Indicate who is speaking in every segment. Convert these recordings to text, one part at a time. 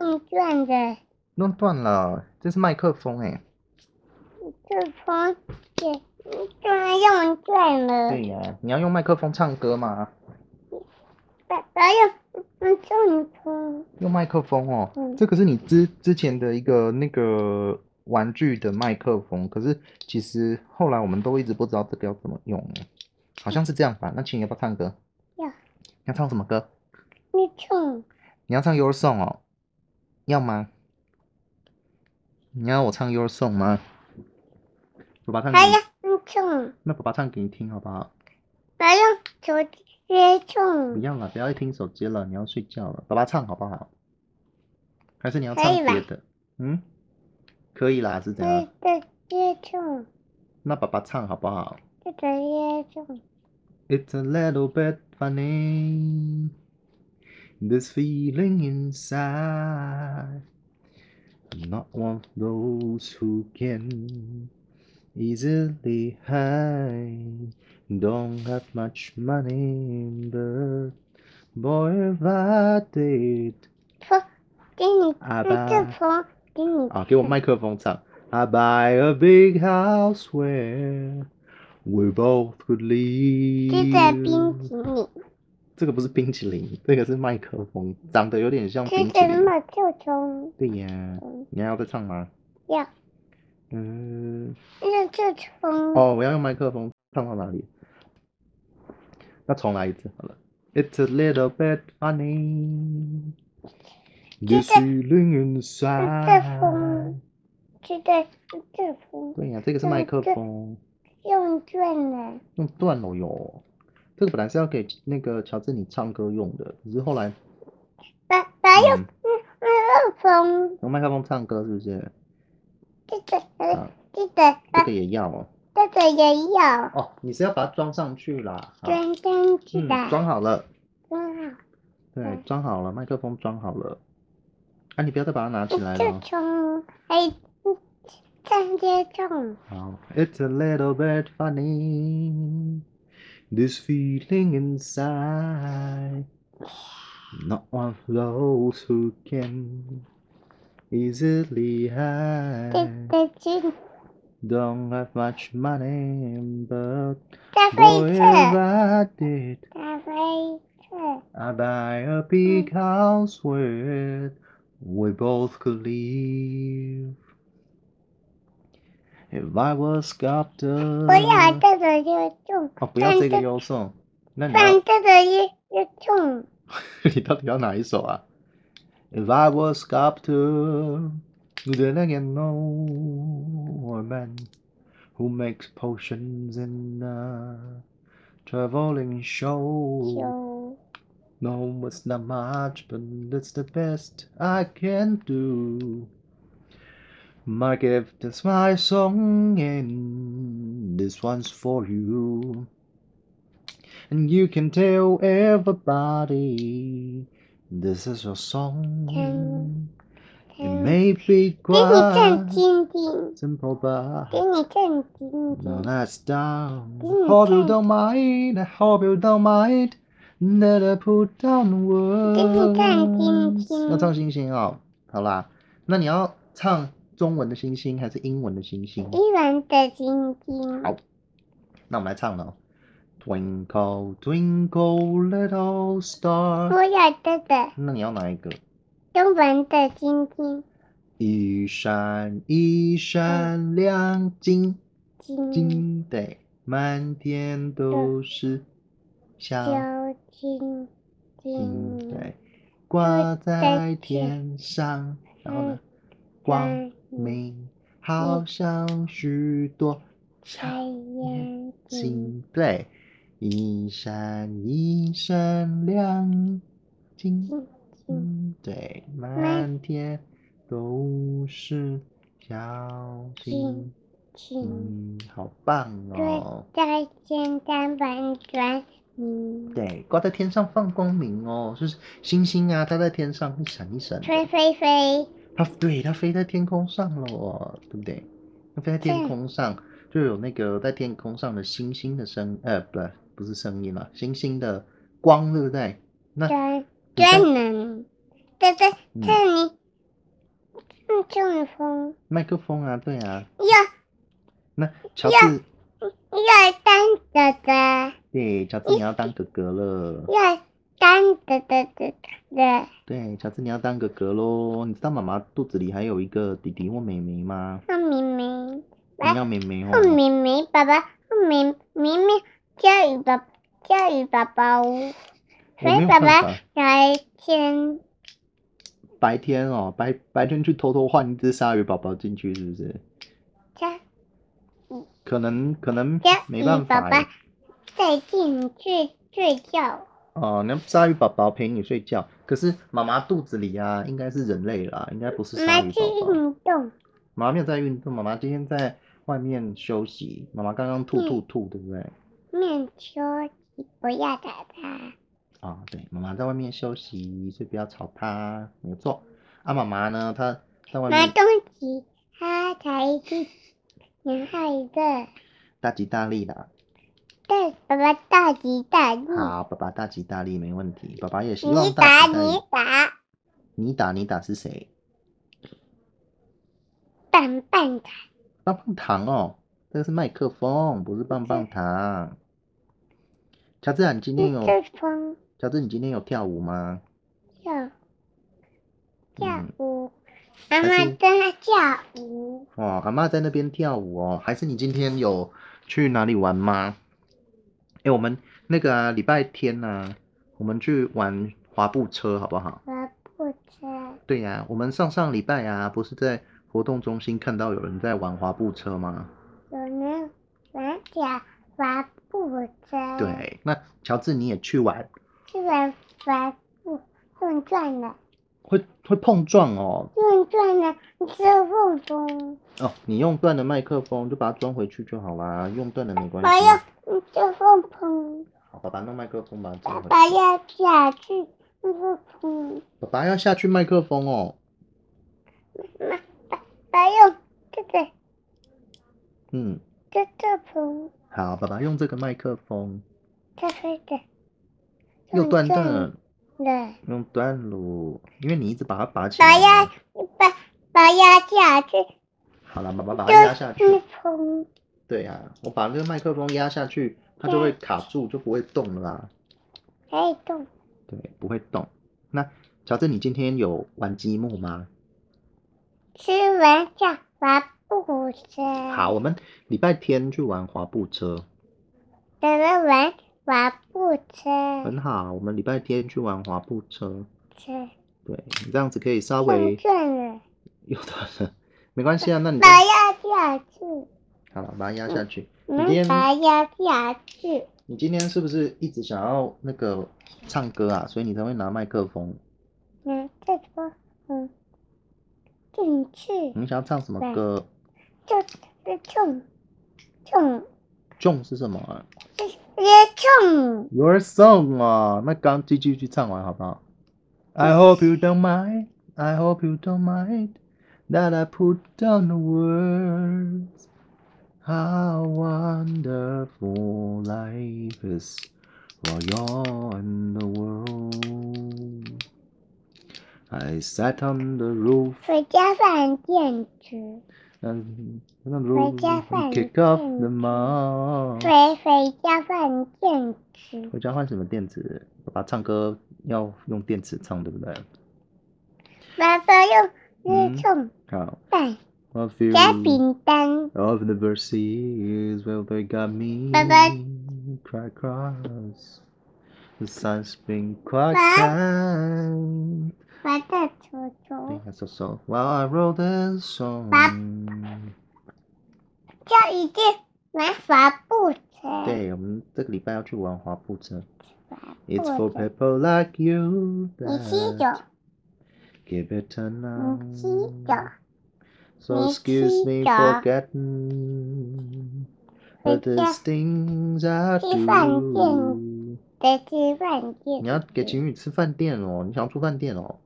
Speaker 1: 弄断的
Speaker 2: 弄断了，这是麦克风哎、
Speaker 1: 这风也就是用断了，
Speaker 2: 对呀、你要用麦克风唱歌吗？
Speaker 1: 把把用嗯送出，
Speaker 2: 用麦克风哦，
Speaker 1: 嗯
Speaker 2: 这个是你之之前的一个那个玩具的麦克风，可是其实后来我们都一直不知道这个要怎么用欸，好像是这样吧？那请你要不要唱歌？
Speaker 1: 要
Speaker 2: 你要唱什么歌？
Speaker 1: 你冲
Speaker 2: 你要唱 Your Song 哦？要吗？你要我唱 Your Song 吗？爸爸唱给
Speaker 1: 还
Speaker 2: 你
Speaker 1: 要，你冲，
Speaker 2: 那爸爸唱给你听好不好？
Speaker 1: 把用手接
Speaker 2: 不
Speaker 1: 冲，
Speaker 2: 要啊了，不要再听手机了，你要睡觉了。爸爸唱好不好？还是你要
Speaker 1: 可
Speaker 2: 唱
Speaker 1: 以吧
Speaker 2: 别的？嗯，可以啦，是怎样啊
Speaker 1: 这？个接冲，
Speaker 2: 那爸爸唱好不好
Speaker 1: 这个接冲，
Speaker 2: ？It's a little bit funny, this feeling inside. I'm not one of those who can easily hide. Don't have much money, but boy, if I did.
Speaker 1: 风给你，
Speaker 2: 阿
Speaker 1: 嗯这
Speaker 2: 爸
Speaker 1: 风给你
Speaker 2: 啊，给我麦克风唱。I buy a big house where we both could
Speaker 1: 这个冰淇淋，
Speaker 2: live。这个不是冰淇淋，这个是麦克风，长得有点像
Speaker 1: 这
Speaker 2: 冰淇
Speaker 1: 个
Speaker 2: 淋。
Speaker 1: 麦克风，
Speaker 2: 对呀，
Speaker 1: 嗯
Speaker 2: 你还要再唱吗？
Speaker 1: 要
Speaker 2: 嗯，
Speaker 1: 这这风。
Speaker 2: 哦，我要用麦克风唱到哪里？那重来一次好了。It's a little bit funny. This
Speaker 1: 这个这
Speaker 2: feeling
Speaker 1: 个
Speaker 2: inside.
Speaker 1: 风这个这风
Speaker 2: 对呀、这个是
Speaker 1: 这
Speaker 2: 麦
Speaker 1: 个
Speaker 2: 克
Speaker 1: 这
Speaker 2: 风。
Speaker 1: 用转了，
Speaker 2: 用断了哟。这个本来是要给那个乔治你唱歌用的，可是后来
Speaker 1: 把把用
Speaker 2: 嗯
Speaker 1: 热风
Speaker 2: 用麦克风唱歌是不是？
Speaker 1: 这个
Speaker 2: 啊
Speaker 1: 呃这个
Speaker 2: 这
Speaker 1: 啊
Speaker 2: 个也要哦。
Speaker 1: 这个也有
Speaker 2: 哦，你是要把它装上去啦。好
Speaker 1: 装上去
Speaker 2: 嗯
Speaker 1: 的，，
Speaker 2: 装好了，
Speaker 1: 装
Speaker 2: 对
Speaker 1: 嗯，
Speaker 2: 装好了，麦克风装好了。啊，你不要再把它拿起来
Speaker 1: 好，
Speaker 2: 了
Speaker 1: 就从
Speaker 2: 哦。
Speaker 1: 哎上街种，
Speaker 2: 好，It's a little bit funny, this feeling inside. Not one of those who can easily
Speaker 1: 这
Speaker 2: hide.
Speaker 1: 个是
Speaker 2: Don't have much money, but
Speaker 1: 咖
Speaker 2: boy,
Speaker 1: 啡
Speaker 2: if
Speaker 1: 色，
Speaker 2: I did,
Speaker 1: 咖啡色，
Speaker 2: I'd buy a big house where we both could live. If I was Oh, sculptor，
Speaker 1: 我要这个就种，
Speaker 2: 哦，不要这个
Speaker 1: 但
Speaker 2: 优送，那你要
Speaker 1: 放这个也也种，
Speaker 2: 你到底要哪一首啊？If I was sculptor, then I can know a man who makes potions in a traveling show.
Speaker 1: 有
Speaker 2: No, it's not much, but it's the best I can do. My gift is my song, and this one's for you. And you can tell everybody this is your song. It
Speaker 1: 嗯，
Speaker 2: may be
Speaker 1: 给你正
Speaker 2: quite
Speaker 1: 晶晶，
Speaker 2: simple,
Speaker 1: 给
Speaker 2: but
Speaker 1: 你正晶晶。
Speaker 2: no, that's down.
Speaker 1: Mm,
Speaker 2: Hope you
Speaker 1: thank-
Speaker 2: don't mind. I hope you don't mind that I put down
Speaker 1: 你看星
Speaker 2: words.
Speaker 1: 星
Speaker 2: 要唱星星哦，好啦，那你要唱中文的星星还是英文的星星？
Speaker 1: 一人的星星，
Speaker 2: 好那我们来唱喽。Twinkle twinkle little
Speaker 1: 我
Speaker 2: star，
Speaker 1: 要这个
Speaker 2: 那你要哪一个？
Speaker 1: 中文的星星，
Speaker 2: 一闪一闪亮晶
Speaker 1: 金
Speaker 2: 晶，对，满天都是小
Speaker 1: 交金
Speaker 2: 嗯，
Speaker 1: 金，
Speaker 2: 对，挂在
Speaker 1: 在
Speaker 2: 天上，嗯然后呢，光
Speaker 1: 光明
Speaker 2: 明好像许多小
Speaker 1: 太阳金，
Speaker 2: 星，对，一闪一闪亮晶
Speaker 1: 金金
Speaker 2: 晶，对，满天都是小星
Speaker 1: 星星，
Speaker 2: 星，好棒哦！
Speaker 1: 在天上玩转你，
Speaker 2: 对，挂在天上放光明哦，就是星星啊，它在天上一闪一闪的。
Speaker 1: 吹飞飞，
Speaker 2: 它对它飞在天空上了哦，对不对？它飞在天
Speaker 1: 对
Speaker 2: 空上，就有那个在天空上的星星的声，呃，不，不是声音了，星星的
Speaker 1: 啊
Speaker 2: 光，对不对？那
Speaker 1: 转
Speaker 2: 你在
Speaker 1: 转呢，这这
Speaker 2: 嗯
Speaker 1: 这里正风，
Speaker 2: 麦克风啊，对啊。
Speaker 1: 要
Speaker 2: 那乔
Speaker 1: 呀
Speaker 2: 治，
Speaker 1: 要当哥哥，
Speaker 2: 对，乔治你要当哥哥了。
Speaker 1: 要当哥哥哥哥。
Speaker 2: 对，乔治你要当哥哥喽。你知道妈妈肚子里还有一个弟弟或妹妹吗？
Speaker 1: 后明明，
Speaker 2: 你要妹妹哦。
Speaker 1: 后明明嗯爸爸，后明明明教育宝教育宝宝，所
Speaker 2: 我没
Speaker 1: 以
Speaker 2: 有
Speaker 1: 爸爸
Speaker 2: 办法。
Speaker 1: 来先
Speaker 2: 白天哦，白白天去偷偷换一只鲨鱼宝宝进去，是不是？
Speaker 1: 教
Speaker 2: 可能可能
Speaker 1: 教
Speaker 2: 没
Speaker 1: 育
Speaker 2: 办
Speaker 1: 宝
Speaker 2: 法耶
Speaker 1: 宝再进去睡觉。
Speaker 2: 哦，那鲨鱼宝宝陪你睡觉，可是妈妈肚子里啊，应该是人类啦，应该不是鲨
Speaker 1: 妈
Speaker 2: 鱼
Speaker 1: 去
Speaker 2: 宝宝。
Speaker 1: 运动，
Speaker 2: 妈妈没有在运动，妈妈今天在外面休息。妈妈刚刚吐吐
Speaker 1: 嗯
Speaker 2: 吐，对不对？
Speaker 1: 面球不要打他。
Speaker 2: 啊、对，妈妈在外面休息，所以不要吵她，没错。啊，妈妈呢，她在外
Speaker 1: 马
Speaker 2: 面
Speaker 1: 东吉他才去年害的，
Speaker 2: 大吉大利啦。
Speaker 1: 但爸爸大吉大利，
Speaker 2: 好，爸爸大吉大利没问题，爸爸也希
Speaker 1: 你
Speaker 2: 望
Speaker 1: 打
Speaker 2: 大吉大利
Speaker 1: 嗯你。打，
Speaker 2: 你打你打是谁？
Speaker 1: 棒棒糖，
Speaker 2: 棒棒糖哦，这个是麦克风，不是棒棒糖。乔治啊，你今天有
Speaker 1: 这风
Speaker 2: 乔治，你今天有跳舞吗？
Speaker 1: 跳跳
Speaker 2: 嗯
Speaker 1: 舞，妈
Speaker 2: 还
Speaker 1: 妈
Speaker 2: 是
Speaker 1: 跟他跳舞，
Speaker 2: 哦，阿妈在那边跳舞哦，还是你今天有去哪里玩吗？哎，我们那个啊，礼拜天呐、啊，我们去玩滑步车好不好？
Speaker 1: 我不吃，
Speaker 2: 对呀、我们上上礼拜啊，不是在活动中心看到有人在玩滑步车吗？
Speaker 1: 有人玩脚滑步车，，
Speaker 2: 对，那乔治你也去玩，
Speaker 1: 这个滑步用转的，
Speaker 2: 会会碰撞哦，
Speaker 1: 用转的是后风。
Speaker 2: 哦，你用断的麦克风就把它装回去就好啦，用断的没关
Speaker 1: 爸
Speaker 2: 系。
Speaker 1: 要，嗯这风砰，
Speaker 2: 好，爸爸弄麦克风把
Speaker 1: 爸
Speaker 2: 它装回去。
Speaker 1: 爸要下去，那个砰，
Speaker 2: 爸爸要下去麦克风哦。
Speaker 1: 妈爸爸用这个
Speaker 2: 嗯，
Speaker 1: 这这砰，
Speaker 2: 好，爸爸用这个麦克风，
Speaker 1: 这这的，
Speaker 2: 又断
Speaker 1: 这
Speaker 2: 的，
Speaker 1: 的，
Speaker 2: 用断路，因为你一直把它拔起
Speaker 1: 爸
Speaker 2: 来。
Speaker 1: 要爸爸要下去，
Speaker 2: 好了，爸爸把它压下
Speaker 1: 这
Speaker 2: 去。
Speaker 1: 砰，
Speaker 2: 对呀、我把那个麦克风压下去，它就会卡住，就不会动了啦。
Speaker 1: 可以动，
Speaker 2: 对，不会动。那乔治，你今天有玩积木吗？
Speaker 1: 吃完下滑步车，
Speaker 2: 好，，我们礼拜天去玩滑步车。
Speaker 1: 等着玩滑步车，
Speaker 2: 很好，我们礼拜天去玩滑步车。
Speaker 1: 车
Speaker 2: 对你这样子可以稍
Speaker 1: 用
Speaker 2: 微
Speaker 1: 转了，
Speaker 2: 有的，没关系啊。那你就
Speaker 1: 爸要下去，
Speaker 2: 好了，把它压下去。你今
Speaker 1: 嗯爸
Speaker 2: 天
Speaker 1: 要下去。
Speaker 2: 你今天是不是一直想要那个唱歌啊？所以你才会拿麦克风。
Speaker 1: 拿这个嗯进去，
Speaker 2: 你想要唱什么
Speaker 1: 对
Speaker 2: 歌？
Speaker 1: 就就冲冲，
Speaker 2: 中是什么啊
Speaker 1: 就也冲，
Speaker 2: ？Your song 啊，那刚继续去唱完好不好？I hope you don't mind. I hope you don't mind that I put down the words. How wonderful life is while you're in the world. I sat on the roof
Speaker 1: 回家饭店吃，
Speaker 2: and on the roof
Speaker 1: Where's your
Speaker 2: and kick off
Speaker 1: phone?
Speaker 2: the mom.
Speaker 1: 回回家饭店吃，
Speaker 2: 回家换什么电池？爸爸唱歌要用电池唱，对不对？
Speaker 1: 爸爸用
Speaker 2: 嗯
Speaker 1: 那冲
Speaker 2: 好
Speaker 1: 饭
Speaker 2: ，I feel
Speaker 1: 夹饼干，
Speaker 2: of the verses well they got me
Speaker 1: 拜拜
Speaker 2: cry cross the sun's been quite
Speaker 1: 拜
Speaker 2: kind
Speaker 1: 玩的球
Speaker 2: 对
Speaker 1: 球，
Speaker 2: so so while I wrote a song
Speaker 1: 爸这一定玩滑步车，
Speaker 2: 对我们这个礼拜要去玩滑步车
Speaker 1: 滑
Speaker 2: It's for
Speaker 1: 步车，
Speaker 2: people like you
Speaker 1: 你吸
Speaker 2: that
Speaker 1: 酒，
Speaker 2: give it a
Speaker 1: 你吸酒
Speaker 2: night。So
Speaker 1: Me
Speaker 2: excuse me for
Speaker 1: too.
Speaker 2: getting
Speaker 1: Me
Speaker 2: all these things I
Speaker 1: 吃饭
Speaker 2: do。
Speaker 1: 得吃饭店，
Speaker 2: 你要给情侣吃饭店哦，你想要住饭店哦？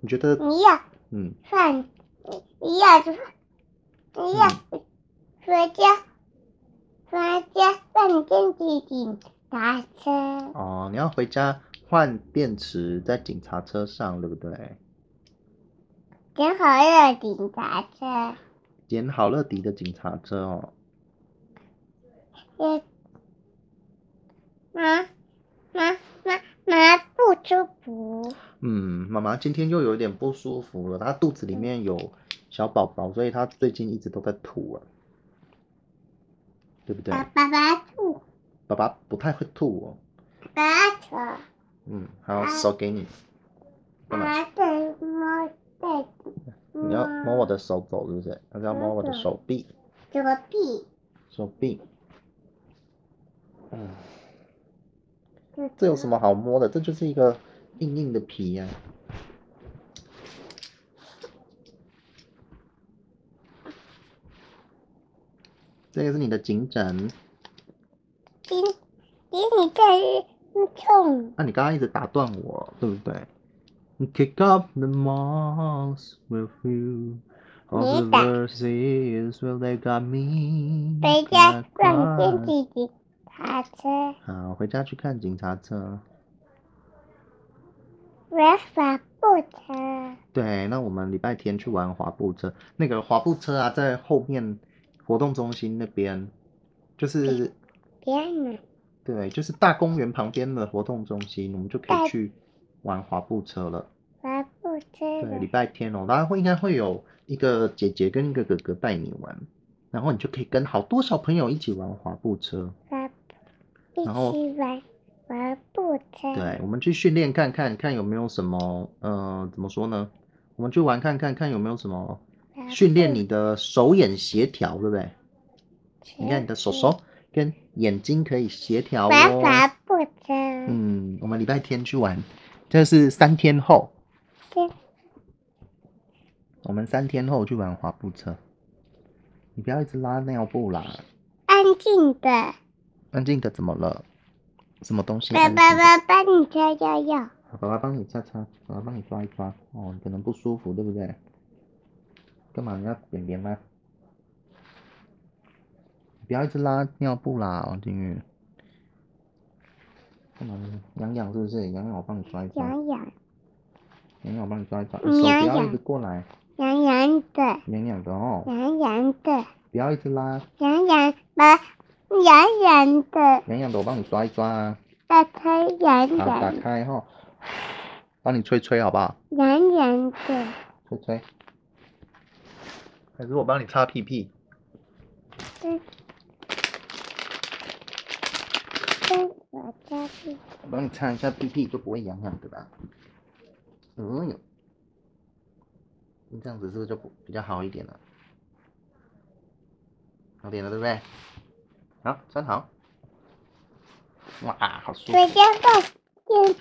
Speaker 2: 你觉得，
Speaker 1: 你要。
Speaker 2: 嗯，
Speaker 1: 饭，你要吃饭，你要回家，回家饭店地点打车，
Speaker 2: 哦，你要回家换电池在警察车上，对不对？
Speaker 1: 真好热警察车，
Speaker 2: 捡好乐迪的警察车哦，
Speaker 1: 也妈妈妈妈不舒服，
Speaker 2: 嗯，妈妈今天又有一点不舒服了，她肚子里面有小宝宝，所以她最近一直都在吐啊，对不对？
Speaker 1: 爸爸爸吐，
Speaker 2: 爸爸不太会吐哦，
Speaker 1: 爸爸扯，
Speaker 2: 嗯，好，
Speaker 1: 啊
Speaker 2: 手给你，干嘛？
Speaker 1: 爸在摸在
Speaker 2: 嗯你要摸我的手肘是不是？还是要摸我的手臂？
Speaker 1: 左臂，
Speaker 2: 手臂。嗯，这有什？么好摸的？这就是一个硬硬的皮呀、这个是你的颈枕，
Speaker 1: 给给你这是痛，
Speaker 2: 那、你刚刚一直打断我，对不对？Kick up the marks with you, all the
Speaker 1: 你打
Speaker 2: verses will they got me.
Speaker 1: 回家
Speaker 2: Cry,
Speaker 1: 撞见
Speaker 2: cry.
Speaker 1: 自己卡车，
Speaker 2: 好，回家去看警察车。
Speaker 1: 违法不车，
Speaker 2: 对，那我们礼拜天去玩滑步车，那个滑步车啊，在后面活动中心那边，就是
Speaker 1: 别人
Speaker 2: 对，就是大公园旁边的活动中心，我们就可以去玩滑步车了。
Speaker 1: 违法不车
Speaker 2: 对，
Speaker 1: 的
Speaker 2: 礼。拜天哦，然后会应该会有一个姐姐跟一个哥哥带你玩，然后你就可以跟好多小朋友一起玩滑步车。
Speaker 1: 玩必
Speaker 2: 然后
Speaker 1: 须玩玩不车，
Speaker 2: 对，我们去训练看看，看有没有什么，呃，怎么说呢？我们去玩看看，看有没有什么
Speaker 1: 玩
Speaker 2: 训练
Speaker 1: 不
Speaker 2: 你的手眼协调，对不对？
Speaker 1: 车
Speaker 2: 你看你的手手跟眼睛可以协调
Speaker 1: 玩
Speaker 2: 哦。
Speaker 1: 法不车，
Speaker 2: 嗯，我们礼拜天去玩，这是三天后，
Speaker 1: 这
Speaker 2: 我们三天后去玩滑步车。你不要一直拉尿布啦，
Speaker 1: 安静的，
Speaker 2: 安静的怎么了？什么东西？
Speaker 1: 爸
Speaker 2: 安静
Speaker 1: 爸
Speaker 2: 的
Speaker 1: 爸爸，你加药药，
Speaker 2: 好爸爸帮你擦擦，爸爸帮你抓一抓。哦，你可能不舒服，对不对？干嘛？你要扁扁吗？不要一直拉尿布啦，王金玉。干嘛呢？痒痒是不是？痒痒，我帮你抓一抓。
Speaker 1: 痒痒
Speaker 2: 痒痒，我帮你抓一抓。
Speaker 1: 嗯
Speaker 2: 手不
Speaker 1: 痒
Speaker 2: 要一
Speaker 1: 痒
Speaker 2: 直过来，
Speaker 1: 痒痒的，
Speaker 2: 痒痒的哦，
Speaker 1: 痒痒的，
Speaker 2: 不要一直拉。
Speaker 1: 痒痒吧，痒痒的，
Speaker 2: 痒痒的，我帮你抓一抓啊。
Speaker 1: 打开痒
Speaker 2: 好，打
Speaker 1: 痒，
Speaker 2: 开哈，帮你吹吹好不好？
Speaker 1: 痒痒的，
Speaker 2: 吹吹。还是我帮你擦屁屁？
Speaker 1: 这这我家是
Speaker 2: 我帮你擦一下屁屁就不会痒痒的吧？嗯哟，你这样子是不是就不比较好一点了？好点了对不对？好，穿好。哇，好舒
Speaker 1: 我
Speaker 2: 服！
Speaker 1: 家放电，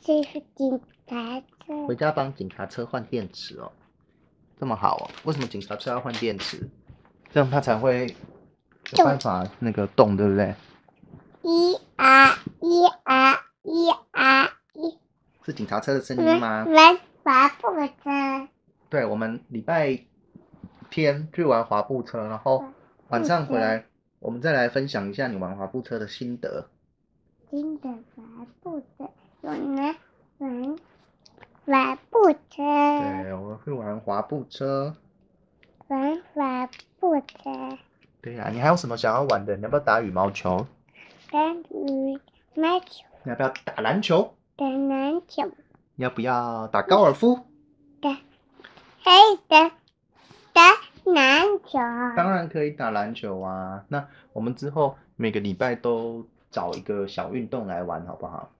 Speaker 1: 这是警察车。
Speaker 2: 回家帮警察车换电池哦，这么好哦？为什么警察车要换电池？这样它才会有
Speaker 1: 动
Speaker 2: 办法那个动，对不对？
Speaker 1: 一啊一啊一啊一，
Speaker 2: 是警察车的声音吗？
Speaker 1: 玩玩滑步车，
Speaker 2: 对，我们礼拜天去玩滑步车，然后
Speaker 1: 嗯
Speaker 2: 晚上回
Speaker 1: 嗯
Speaker 2: 来，我们再来分享一下你玩滑步车的心得。
Speaker 1: 真的滑步车，有人玩滑步车，
Speaker 2: 对，我们会玩滑步车。
Speaker 1: 玩滑步车，
Speaker 2: 对呀、你还有什么想要玩的？你要不要打羽毛球？
Speaker 1: 跟羽毛球，
Speaker 2: 你要不要打篮球？
Speaker 1: 打篮球，
Speaker 2: 你要不要打高尔夫？
Speaker 1: 还有打打篮球，
Speaker 2: 当然可以打篮球啊。那我们之后每个礼拜都找一个小运动来玩，好不好？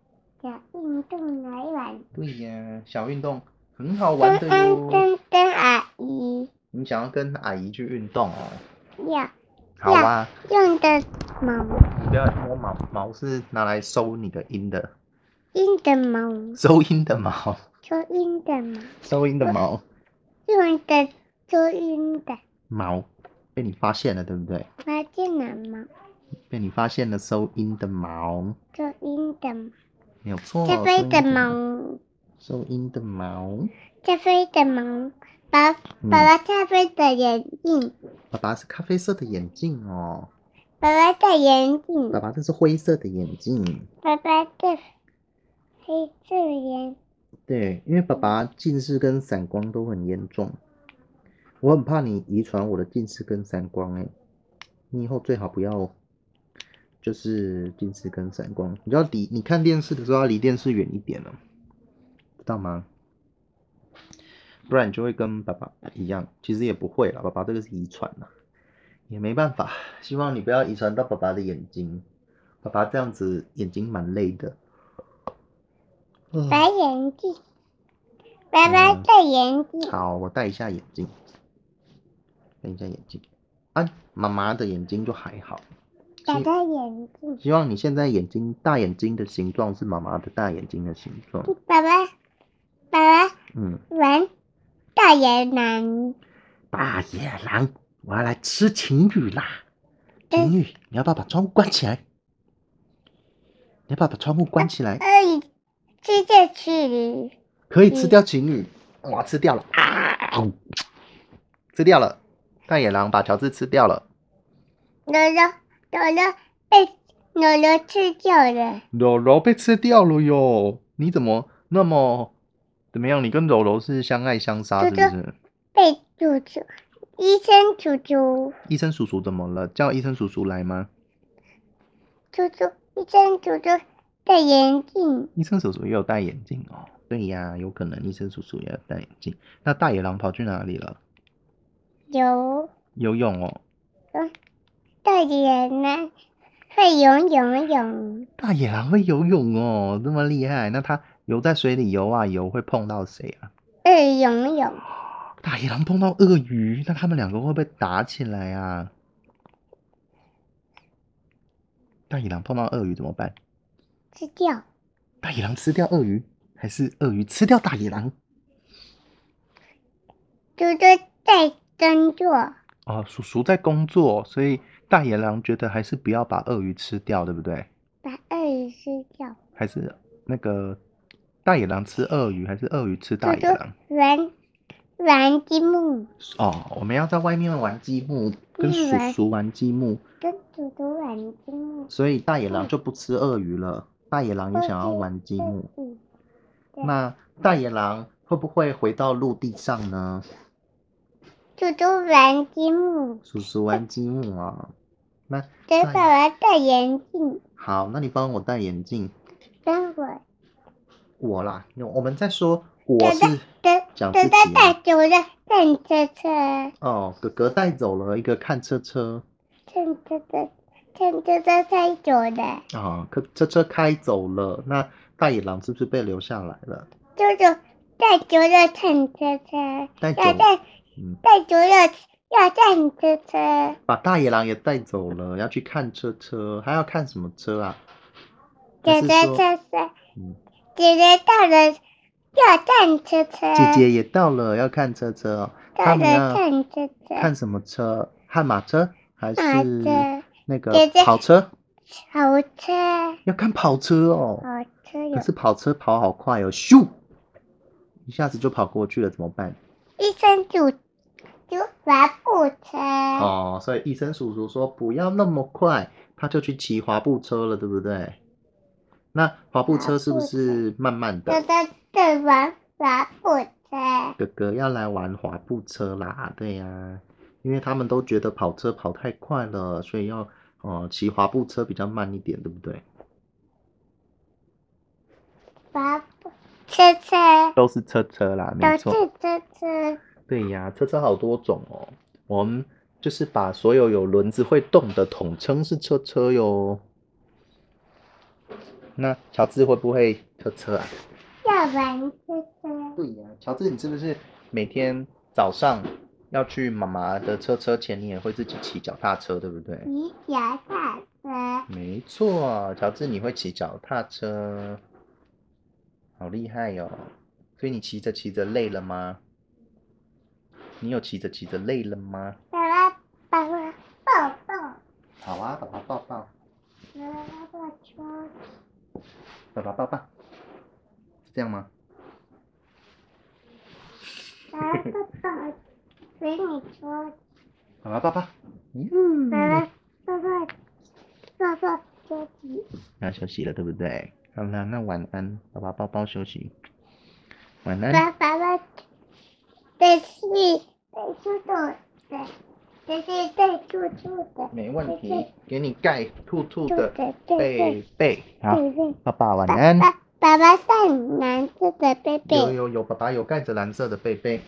Speaker 1: 打运动来玩，
Speaker 2: 对呀，小运动很好玩
Speaker 1: 跟
Speaker 2: 的
Speaker 1: 跟
Speaker 2: 哟。
Speaker 1: 跟跟阿姨
Speaker 2: 你想要跟阿姨去运动哦？
Speaker 1: 要
Speaker 2: 好
Speaker 1: 呀
Speaker 2: 啊。
Speaker 1: 用的毛，
Speaker 2: 不要摸毛，毛啊是拿来收你的音的，
Speaker 1: 硬的毛，
Speaker 2: 收音的毛，
Speaker 1: 抽硬的毛。
Speaker 2: 收音的毛，
Speaker 1: 用的做音的，
Speaker 2: 毛被你发现了，对不对？
Speaker 1: 发现了吗？
Speaker 2: 被你发现了收音的毛，
Speaker 1: 做音的吗？
Speaker 2: 没有错。
Speaker 1: 这飞的
Speaker 2: 毛，
Speaker 1: 毛，
Speaker 2: 收音的毛。
Speaker 1: 这飞的毛，把
Speaker 2: 嗯
Speaker 1: 爸爸这飞的眼镜，
Speaker 2: 爸爸是咖啡色的眼镜哦，
Speaker 1: 爸爸的眼镜
Speaker 2: 爸，爸这是灰色的眼镜，
Speaker 1: 爸爸的黑色眼
Speaker 2: 对，因为爸爸近视跟散光都很严重，我很怕你遗传我的近视跟散光、欸。哎，你以后最好不要，就是近视跟散光，你要离你看电视的时候要离电视远一点哦、知道吗？不然你就会跟爸爸一样，其实也不会啦，爸爸这个是遗传啦，也没办法。希望你不要遗传到爸爸的眼睛，爸爸这样子眼睛蛮累的。嗯
Speaker 1: 白眼镜，爸爸
Speaker 2: 嗯
Speaker 1: 戴眼镜，
Speaker 2: 好，我戴一下眼镜，戴一下眼镜。啊，妈妈的眼睛就还好。
Speaker 1: 爸
Speaker 2: 希
Speaker 1: 爸眼镜，
Speaker 2: 希望你现在眼睛大眼睛的形状是妈妈的大眼睛的形状。
Speaker 1: 爸爸，爸爸
Speaker 2: 嗯，
Speaker 1: 玩大野狼，
Speaker 2: 大野狼，我要来吃情侣啦！
Speaker 1: 哎
Speaker 2: 情侣，你要不要把窗户关起来？你要不要把窗户关起来？
Speaker 1: 呃，吃进去，
Speaker 2: 可以吃掉情侣，哇，吃掉了啊！吃掉了，大野狼把乔治吃掉了。
Speaker 1: 柔柔柔柔被柔柔吃掉了，
Speaker 2: 柔柔被吃掉了哟！你怎么那么怎么样？你跟柔柔是相爱相杀是不
Speaker 1: 这
Speaker 2: 是？
Speaker 1: 被猪猪医生猪猪
Speaker 2: 医生叔叔怎么了？叫医生叔叔来吗？
Speaker 1: 猪猪医生猪猪戴眼镜，
Speaker 2: 医生叔叔也有戴眼镜哦。对呀，有可能医生叔叔也有戴眼镜。那大野狼跑去哪里了？
Speaker 1: 有
Speaker 2: 游泳哦。
Speaker 1: 大野狼会游泳泳，
Speaker 2: 大野狼会游泳哦，这么厉害。那它游在水里游啊游，会碰到谁啊？
Speaker 1: 会游泳。
Speaker 2: 大野狼碰到鳄鱼，那他们两个会不会打起来啊？大野狼碰到鳄鱼怎么办？
Speaker 1: 吃掉，
Speaker 2: 大野狼吃掉鳄鱼，还是鳄鱼吃掉大野狼？
Speaker 1: 猪猪在工作，
Speaker 2: 哦，叔叔在工作，哦所以大野狼觉得还是不要把鳄鱼吃掉，对不对？
Speaker 1: 把鳄鱼吃掉。
Speaker 2: 还是那个大野狼吃鳄鱼，还是鳄鱼吃
Speaker 1: 猪
Speaker 2: 大野
Speaker 1: 猪
Speaker 2: 狼？
Speaker 1: 玩玩积木，
Speaker 2: 哦，我们要在外面玩积木，跟
Speaker 1: 嗯
Speaker 2: 叔
Speaker 1: 玩
Speaker 2: 叔玩积木，
Speaker 1: 跟猪猪玩积木。
Speaker 2: 所以大野狼就不吃鳄鱼了。大野狼也想要玩积木，
Speaker 1: 嗯，对
Speaker 2: 那大野狼会不会回到陆地上呢？
Speaker 1: 猪猪玩积木，
Speaker 2: 叔叔玩积木啊，那
Speaker 1: 给
Speaker 2: 在
Speaker 1: 爸爸戴眼镜，
Speaker 2: 好，那你帮我戴眼镜。
Speaker 1: 等会
Speaker 2: 我啦，我们在说我
Speaker 1: 对
Speaker 2: 是
Speaker 1: 对等
Speaker 2: 讲
Speaker 1: 等
Speaker 2: 自己
Speaker 1: 到带
Speaker 2: 啊
Speaker 1: 走了趁车车，
Speaker 2: 哦，哥哥带走了一个看车车
Speaker 1: 趁车车，趁车车带走了。
Speaker 2: 啊，可车车开走了，那大野狼是不是被留下来了？
Speaker 1: 猪猪带走了趁车车，
Speaker 2: 带走
Speaker 1: 要带
Speaker 2: 嗯，
Speaker 1: 带走了要趁车车。
Speaker 2: 把大野狼也带走了，要去看车车，还要看什么车啊？
Speaker 1: 姐
Speaker 2: 还是
Speaker 1: 姐
Speaker 2: 说
Speaker 1: 车车
Speaker 2: 嗯，
Speaker 1: 姐姐到了要站车车，
Speaker 2: 姐姐也到了，要看车车哦。他
Speaker 1: 到
Speaker 2: 们
Speaker 1: 了
Speaker 2: 要
Speaker 1: 站车车，
Speaker 2: 看什么车？悍马车还
Speaker 1: 马
Speaker 2: 是
Speaker 1: 车、
Speaker 2: 那个
Speaker 1: 姐姐
Speaker 2: 跑车？
Speaker 1: 豪车、
Speaker 2: 要看跑车哦。
Speaker 1: 豪车有
Speaker 2: 可是跑车跑好快哦，咻，一下子就跑过去了，怎么办？
Speaker 1: 医生组组滑步车，
Speaker 2: 哦，所以医生叔叔说不要那么快，他就去骑滑步车了，对不对？那滑步车是不是慢慢
Speaker 1: 到
Speaker 2: 的？
Speaker 1: 到在玩滑步车，
Speaker 2: 哥哥要来玩滑步车啦，对呀、因为他们都觉得跑车跑太快了，所以要哦骑滑步车比较慢一点，对不对？
Speaker 1: 滑步车车
Speaker 2: 都是车车啦，
Speaker 1: 都
Speaker 2: 没错。
Speaker 1: 是车车，
Speaker 2: 对呀，车车好多种哦。我们就是把所有有轮子会动的统称是车车哟。那乔治会不会车车啊？
Speaker 1: 要玩车车，
Speaker 2: 对呀，乔治，你是不是每天早上要去妈妈的车车前，你也会自己骑脚踏车，对不对？
Speaker 1: 骑脚踏车，
Speaker 2: 没错，乔治，你会骑脚踏车，好厉害哟、所以你骑着骑着累了吗？你有骑着骑着累了吗？
Speaker 1: 爸爸爸爸抱抱，
Speaker 2: 好啊，爸爸抱抱，
Speaker 1: 爸爸抱车。
Speaker 2: 爸爸抱抱，是这样吗？
Speaker 1: 爸爸爸，给你说，
Speaker 2: 爸爸抱抱，
Speaker 1: 爸
Speaker 2: 嗯，
Speaker 1: 爸爸爸爸爸自己
Speaker 2: 要休息了，对不对？好啦，那晚安，爸爸抱抱休息。晚安。
Speaker 1: 爸爸爸，这是最出动的，这是最出出的，
Speaker 2: 没问题，给你盖兔兔
Speaker 1: 出
Speaker 2: 的
Speaker 1: 的
Speaker 2: 贝
Speaker 1: 贝
Speaker 2: 贝。好，
Speaker 1: 贝。
Speaker 2: 爸爸晚
Speaker 1: 爸
Speaker 2: 安。
Speaker 1: 嗯爸爸爸上蓝色的贝
Speaker 2: 有
Speaker 1: 贝，
Speaker 2: 有有，爸爸有盖着蓝色的贝贝。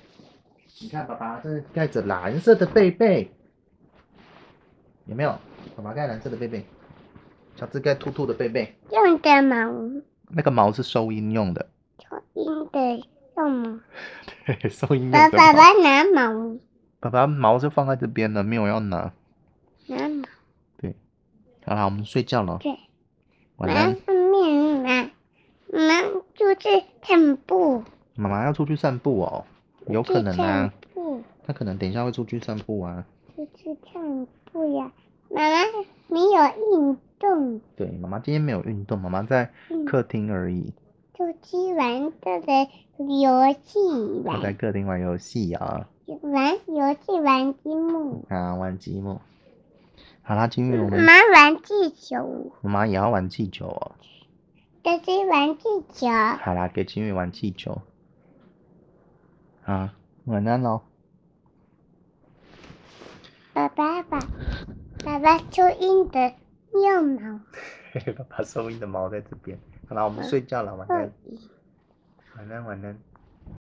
Speaker 2: 你看，爸爸这是盖着蓝色的贝贝，有没有？爸爸盖蓝色的贝贝，小智盖兔兔的贝贝。
Speaker 1: 用的毛。
Speaker 2: 那个毛是收音用的，
Speaker 1: 应的用毛，
Speaker 2: 收音用
Speaker 1: 爸
Speaker 2: 的
Speaker 1: 爸
Speaker 2: 毛。
Speaker 1: 爸拿毛，
Speaker 2: 爸爸毛就放在这边了，没有要拿。
Speaker 1: 拿毛，
Speaker 2: 好啦，我们睡觉了，
Speaker 1: 对，
Speaker 2: 晚
Speaker 1: 拿
Speaker 2: 安。
Speaker 1: 面拿，拿就是散步，
Speaker 2: 妈妈要出去散步哦，有可能啊，
Speaker 1: 去散步，
Speaker 2: 她可能等一下会出去散步啊。
Speaker 1: 就是散步呀。妈妈没有运动，
Speaker 2: 对，妈妈今天没有运动，妈妈在
Speaker 1: 嗯
Speaker 2: 客厅而已，
Speaker 1: 就是玩这个游戏
Speaker 2: 我在
Speaker 1: 玩，
Speaker 2: 客厅玩游戏啊，
Speaker 1: 玩游戏玩积木，
Speaker 2: 啊，玩积木。好啦，今嗯天我们
Speaker 1: 妈玩气球，
Speaker 2: 妈妈也要玩气球哦。
Speaker 1: 这是玩气球，
Speaker 2: 好啦，给金鱼玩气球。啊，晚安 喽。
Speaker 1: 爸爸爸，爸爸抽印的用毛。
Speaker 2: 嗯爸爸收音的毛在这边。好啦，我们睡觉了，晚
Speaker 1: 二
Speaker 2: 安，晚安，晚安。